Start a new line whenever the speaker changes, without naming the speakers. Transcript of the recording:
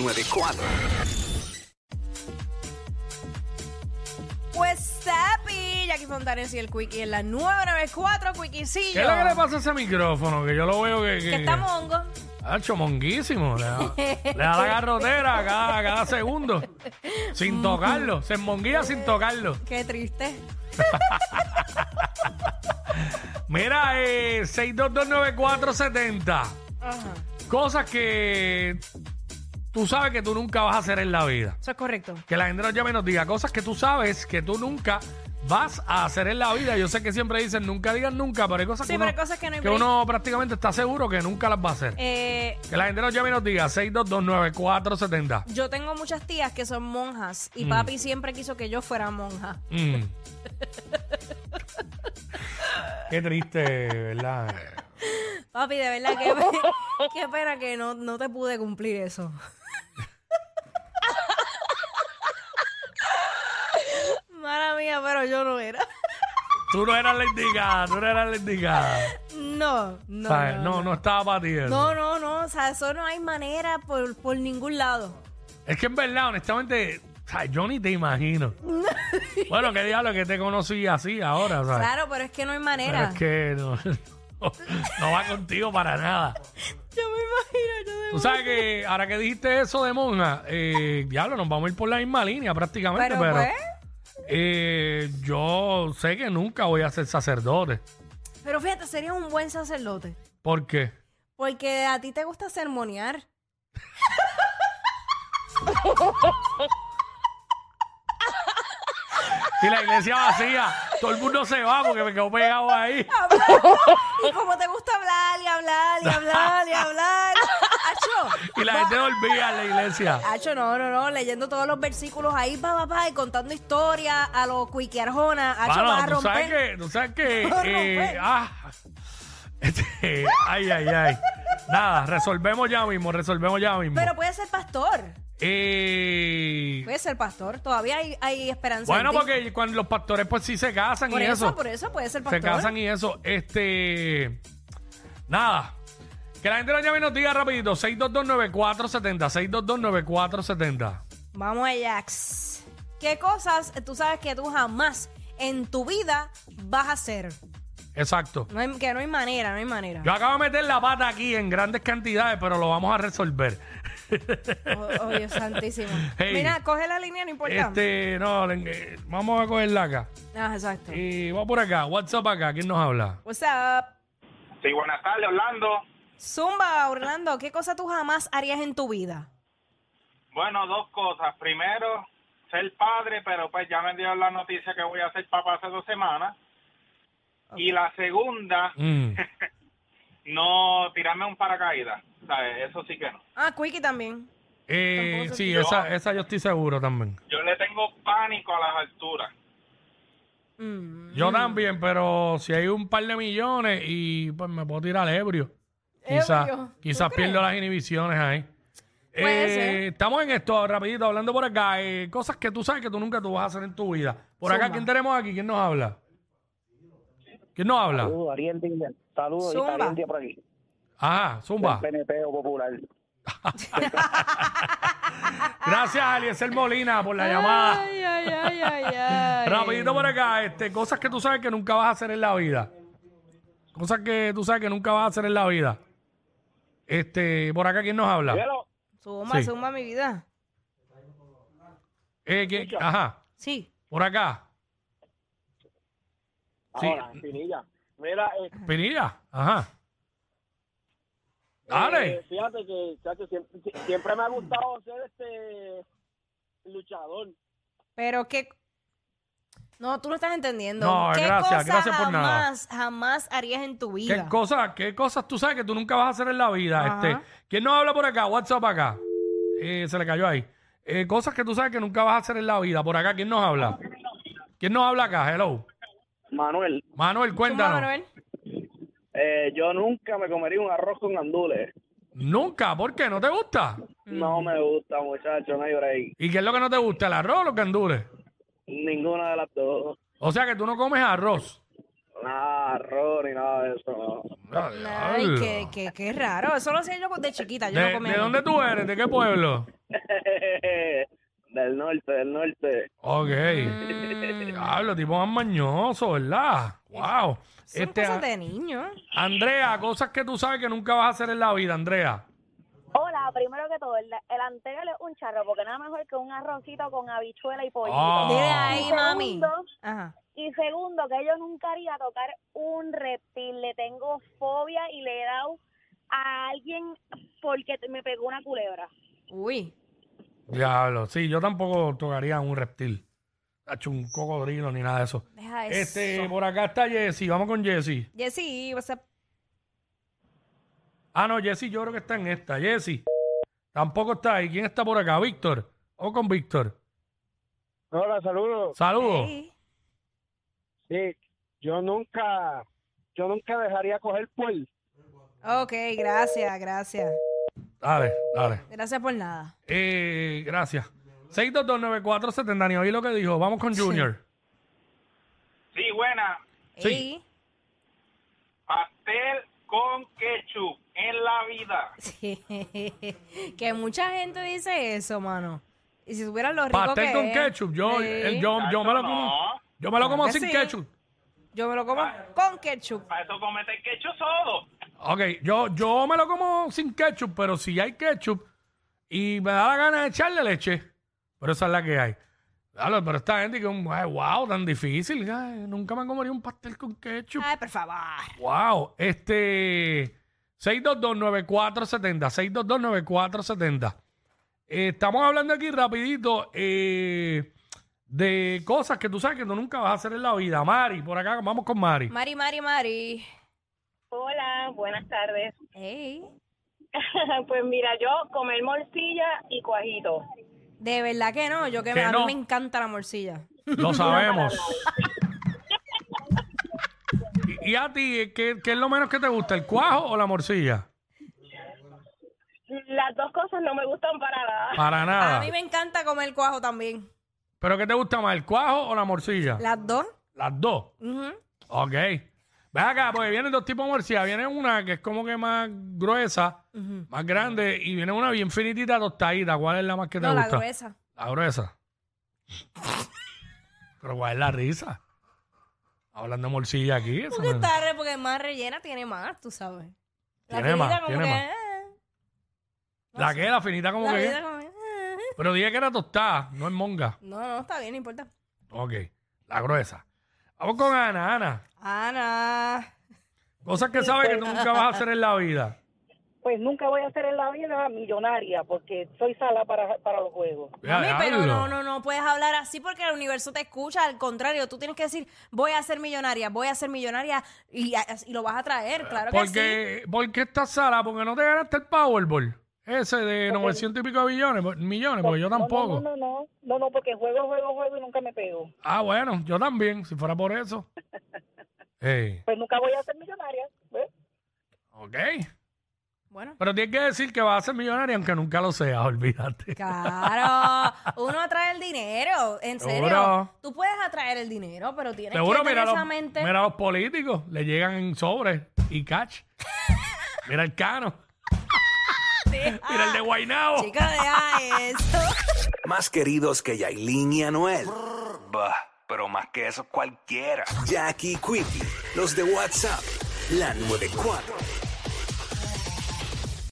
994.
Pues Zapi, Jackie Fontanes y el Quickie en la 994, Quickiecillo.
¿Qué es lo que le pasa a ese micrófono? Que yo lo veo que...
Que está mongo.
Ah, chomonguísimo. Le da, le da la garrotera cada, cada segundo. Sin tocarlo. Se monguía sin tocarlo.
Qué triste.
Mira, eh, 6229470.
Ajá.
Cosas que tú sabes que tú nunca vas a hacer en la vida.
Eso es correcto.
Que la gente nos llame y nos diga cosas que tú sabes que tú nunca vas a hacer en la vida. Yo sé que siempre dicen nunca digan nunca, pero hay cosas,
Sí,
que,
pero
uno,
hay cosas que no hay
que
break.
uno prácticamente está seguro que nunca las va a hacer.
Eh,
Que la gente nos llame y nos diga 6229470.
yo tengo muchas tías que son monjas y papi siempre quiso que yo fuera monja.
Mm. Qué triste, ¿verdad?
Papi, de verdad, qué, pe- qué pena que no, no te pude cumplir eso. Mala mía, pero yo no era.
Tú no eras la indicada, tú no eras la indicada.
No, no.
¿Sabes?
no,
No, no estaba para ti eso.
No, no, no, o sea, eso no hay manera por, por ningún lado.
Es que en verdad, honestamente, o sea, yo ni te imagino. bueno, qué diablo que te conocí así ahora, ¿sabes?
Claro, pero es que no hay
Pero
manera.
es que no, no- no va contigo para nada.
Yo me imagino, yo
Tú sabes que ahora que dijiste eso de monja, eh, diablo, nos vamos a ir por la misma línea prácticamente,
Pero,
pero,
pues,
eh, yo sé que nunca voy a ser sacerdote.
pero fíjate, serías un buen sacerdote.
¿Por qué?
Porque a ti te gusta sermonear.
Y la iglesia vacía, todo el mundo se va porque me quedo pegado ahí.
Y como te gusta hablar y hablar y hablar y hablar. Acho.
Y la gente dormía en la iglesia.
Acho, no, no, no, leyendo todos los versículos ahí, pa, pa, pa, y contando historias a los cuiqui Arjona. Acho,
Bueno,
vas a
tú sabes
romper.
que, tú sabes que,
Vas a
eh,
romper.
ah, este, ay, ay, ay. Nada, resolvemos ya mismo, resolvemos ya mismo.
Pero puede ser pastor.
Eh,
Puede ser pastor. Todavía hay, hay esperanza. en
bueno,
ti.
porque cuando los pastores pues sí se casan
Por
y
eso,
eso.
por eso puede ser
se
pastor.
casan y eso. Este, nada. Que la gente nos llame y nos diga rapidito, 6229470, 6229470.
Vamos a Jax. ¿Qué cosas tú sabes que tú jamás en tu vida vas a hacer?
Exacto.
No hay- que no hay manera, no hay manera.
Yo acabo de meter la pata aquí en grandes cantidades, pero lo vamos a resolver.
Oh, oh, Dios santísimo.
Hey.
Mira, coge la línea, no importa.
Este, no, le- eh, vamos a cogerla acá.
Ah, exacto.
Y vamos por acá, WhatsApp acá, ¿quién nos habla?
What's up?
Sí, buenas tardes, Orlando.
Zumba, Orlando, ¿qué cosa tú jamás harías en tu vida?
Bueno, dos cosas. Primero, ser padre, pero pues ya me dieron la noticia que voy a ser papá hace dos semanas. Y la segunda,
Mm.
no tirarme un paracaídas. ¿Sabes? Eso sí que no.
Ah, Quickie también.
Eh,
Tampoco
sí,
sé.
esa, esa yo estoy seguro también.
Yo le tengo pánico a las alturas.
Mm.
Yo también, pero si hay un par de millones y pues me puedo tirar ebrio. Quizás
Ebrio, ¿tú
quizás
crees?
pierdo las inhibiciones ahí.
Puede
Eh,
ser.
Estamos en esto, rapidito, hablando por acá. eh, cosas que tú sabes que tú nunca tú vas a hacer en tu vida. Por acá,
Zumba.
¿quién tenemos aquí? ¿Quién nos habla? ¿Quién nos habla?
Saludos, Ariel Díaz. Saludos,
Zumba.
y Ariel Díaz por aquí.
Ajá, Zumba.
Del PNP o Popular.
Gracias, Eliezer Molina, por la llamada.
Ay, ay, ay, ay, ay.
Rapidito por acá, este, cosas que tú sabes que nunca vas a hacer en la vida. Cosas que tú sabes que nunca vas a hacer en la vida. Este, por acá, ¿quién nos habla?
Zumba,
Sí.
zumba mi vida.
Eh, ¿quién? Ajá,
Sí.
por acá. Sí.
Ahora, Pinilla. Mira, eh,
Pinilla, ajá. Dale.
eh, fíjate que chacho, siempre, si- siempre me ha gustado ser este luchador.
Pero qué... No, tú no estás entendiendo.
No,
¿Qué
gracias,
cosa
gracias por nada.
jamás, jamás harías en tu vida?
¿Qué cosas, ¿Qué cosas tú sabes que tú nunca vas a hacer en la vida?
Ajá.
Este, ¿Quién nos habla por acá? WhatsApp acá. Eh, se le cayó ahí. Eh, cosas que tú sabes que nunca vas a hacer en la vida. Por acá, ¿quién nos habla? ¿Quién nos habla acá? Hello.
Manuel, eh,
Manuel,
Zumba,
cuéntanos.
Manuel.
yo nunca me comería un arroz con andules.
Nunca, ¿por qué? ¿No te gusta?
No me gusta, muchacho, no hay break.
¿Y qué es lo que no te gusta? ¿El arroz o los candules?
Ninguna de las dos.
O sea que tú no comes arroz.
Nada, arroz ni nada de eso, no.
Ay, qué, qué, qué raro. Eso lo hacía yo de chiquita. Yo
¿De,
no comía.
de dónde tú eres? ¿De qué pueblo?
del norte, del norte.
Ok.
Mm,
Diablo, tipo más mañoso, ¿verdad? Wow.
son
Este
cosas de niño.
Andrea, cosas que tú sabes que nunca vas a hacer en la vida, Andrea.
Hola, primero que todo, el, el anterior es un charro, porque nada mejor que un arrocito con habichuela y pollo.
Ah.
Mira ahí,
Y
mami.
segundo,
Ajá.
Y segundo, que yo nunca haría tocar un reptil. Le tengo fobia y le he dado a alguien porque me pegó una culebra.
Uy.
Diablo, sí, yo tampoco tocaría un reptil. Hacho, un cocodrilo ni nada de eso.
Deja eso.
Este, por acá está Jesse, vamos con Jesse.
Jessy, what's up?
Ah, no, Jesse yo creo que está en esta. Jesse, tampoco está ahí. ¿Quién está por acá? Víctor. O con Víctor.
Hola, saludos.
Saludos.
Hey.
Sí, yo nunca, yo nunca dejaría coger por.
Ok, gracias, gracias.
Dale, dale.
Gracias por nada.
Eh, gracias. 6229470, ni oí lo que dijo. Vamos con Junior.
Sí, buena.
Sí.
Ey.
Pastel con ketchup en la vida.
Sí. que mucha gente dice eso, mano. Y si supieran los ricos
Pastel
que
con
es.
ketchup. Yo,
Sí.
el- yo, yo me lo como.
No,
Yo me lo como
Claro que
sin
sí.
ketchup.
Yo me lo como con ketchup.
para eso comete ketchup solo.
Ok, yo, yo me lo como sin ketchup, pero si hay ketchup y me da la gana de echarle leche, pero esa es la que hay. Claro, pero esta gente que, un- ay, wow, tan difícil. ay, nunca me comería un pastel con ketchup.
Ay, por favor.
Wow, este 6229470, 6229470. Eh, estamos hablando aquí rapidito eh, de cosas que tú sabes que tú nunca vas a hacer en la vida. Mari, por acá vamos con Mari.
Mari, Mari, Mari.
Hola, buenas tardes.
Ey.
pues mira, yo comer morcilla y cuajito.
De verdad que no. Yo que,
Que
me- a
no.
mí me encanta la morcilla.
Lo sabemos. y, y a ti, eh, ¿qué, qué es lo menos que te gusta, el cuajo o la morcilla?
Las dos cosas no me gustan para nada.
Para
A
nada.
mí me encanta comer cuajo también.
¿Pero qué te gusta más, el cuajo o la morcilla?
Las dos.
Las dos.
Ujú.
Ok. Ven acá, porque vienen dos tipos de morcilla. Viene una que es como que más gruesa, más grande, y viene una bien finitita tostadita. ¿Cuál es la más que te
No, la
gusta?
gruesa.
La gruesa. Pero ¿cuál es la risa? Hablando de morcilla aquí. eso
Porque
no-
está re- porque más rellena tiene más, tú sabes. La
Tiene
finita
más,
como
tiene
que,
más.
ah,
¿La que La finita como
la
que...
finita como que, ah.
Pero dije que era tostada, no es monga.
No, no, está bien, no importa.
Ok, la gruesa. Vamos con Ana, Ana.
Ana.
Cosas que sabes
pues.
que tú nunca vas a hacer en la vida.
pues nunca voy a ser en la vida millonaria porque soy sala para, para los juegos.
Mira,
Mami, pero
diablo.
no, no, no puedes hablar así porque el universo te escucha. Al contrario, tú tienes que decir, voy a ser millonaria, voy a ser millonaria y, y lo vas a
Eh,
traer, claro que sí.
Porque, porque esta sala, porque no te ganaste el Powerball. Ese de 900 y pico de billones, bo- millones, porque Pues yo
No,
tampoco.
No, no, no, no, no, porque juego, juego, juego y nunca me pego.
Ah, bueno, yo también, si fuera por eso. Ey,
Pues nunca voy a ser millonaria. ¿ves?
ok.
Bueno,
Pero tienes que decir que vas a ser millonaria, aunque nunca lo seas, olvídate.
claro. Uno atrae el dinero, en serio.
Seguro.
Tú puedes atraer el dinero, pero tienes
Seguro,
que
mira
tener
los,
esa mente.
mira los políticos, le llegan en sobres y cash. mira el cano. mira el de Guainabo.
Ah, Chica, deja eso.
Más queridos que Yailin y Anuel. Bah, pero más que eso cualquiera. Jackie Quickie, los de WhatsApp, la 94.